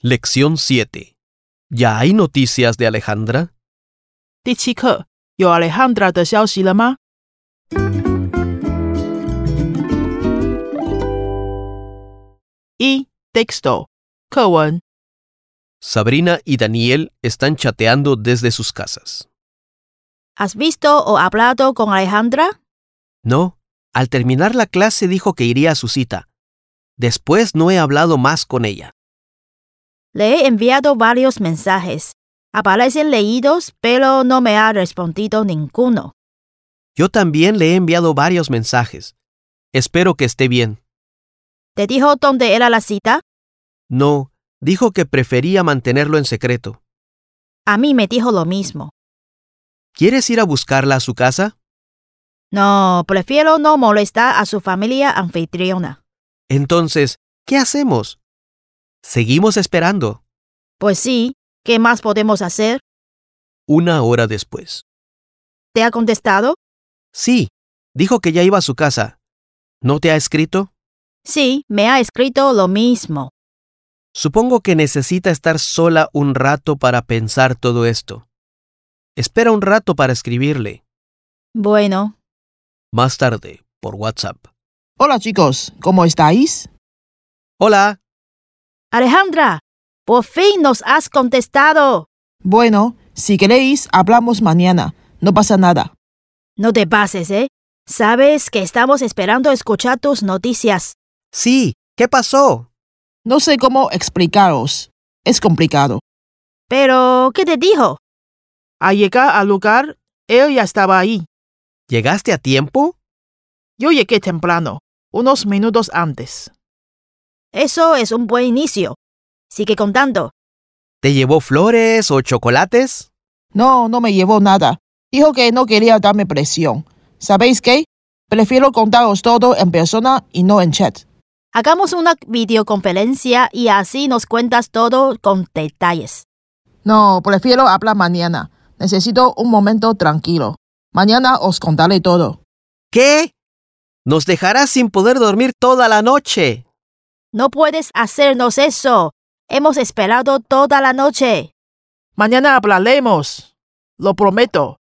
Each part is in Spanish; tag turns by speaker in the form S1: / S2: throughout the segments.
S1: Lección 7. ¿Ya hay noticias de Alejandra?
S2: 第七课有 Alejandra 的消息了吗？一 texto 课文
S1: Sabrina y Daniel están chateando desde sus casas.
S3: ¿Has visto o hablado con Alejandra?
S1: No, al terminar la clase dijo que iría a su cita. Después no he hablado más con ella.
S3: Le he enviado varios mensajes. Aparecen leídos, pero no me ha respondido ninguno.
S1: Yo también le he enviado varios mensajes. Espero que esté bien.
S3: ¿Te dijo dónde era la cita?
S1: No, dijo que prefería mantenerlo en secreto.
S3: A mí me dijo lo mismo.
S1: ¿Quieres ir a buscarla a su casa?
S3: No, prefiero no molestar a su familia anfitriona.
S1: Entonces, ¿qué hacemos? Seguimos esperando.
S3: Pues sí, ¿qué más podemos hacer?
S1: Una hora después.
S3: ¿Te ha contestado?
S1: Sí, dijo que ya iba a su casa. ¿No te ha escrito?
S3: Sí, me ha escrito lo mismo.
S1: Supongo que necesita estar sola un rato para pensar todo esto. Espera un rato para escribirle.
S3: Bueno,
S1: Más tarde, por WhatsApp.
S2: Hola chicos, ¿cómo estáis?
S1: Hola,
S3: Alejandra, por fin nos has contestado.
S2: Bueno, si queréis hablamos mañana. No pasa nada.
S3: No te pases, ¿eh? Sabes que estamos esperando escuchar tus noticias.
S1: sí, ¿qué pasó?
S2: No sé cómo explicaros. Es complicado.
S3: Pero, ¿qué te dijo?
S2: Al llegar al lugar, él ya estaba ahí.
S1: ¿Llegaste a tiempo?
S2: Yo llegué temprano, unos minutos antes.
S3: Eso es un buen inicio. Sigue contando.
S1: ¿Te llevó flores o chocolates?
S2: No, no me llevó nada. Dijo que no quería darme presión. ¿Sabéis qué? Prefiero contaros todo en persona y no en chat.
S3: Hagamos una videoconferencia y así nos cuentas todo con detalles.
S2: No, prefiero hablar mañana. Necesito un momento tranquilo. Mañana os contaré todo.
S1: ¿Qué? Nos dejarás sin poder dormir toda la noche.
S3: No puedes hacernos eso. Hemos esperado toda la noche.
S2: Mañana hablaremos. Lo prometo.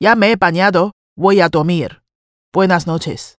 S2: Ya me he bañado. Voy a dormir. Buenas noches.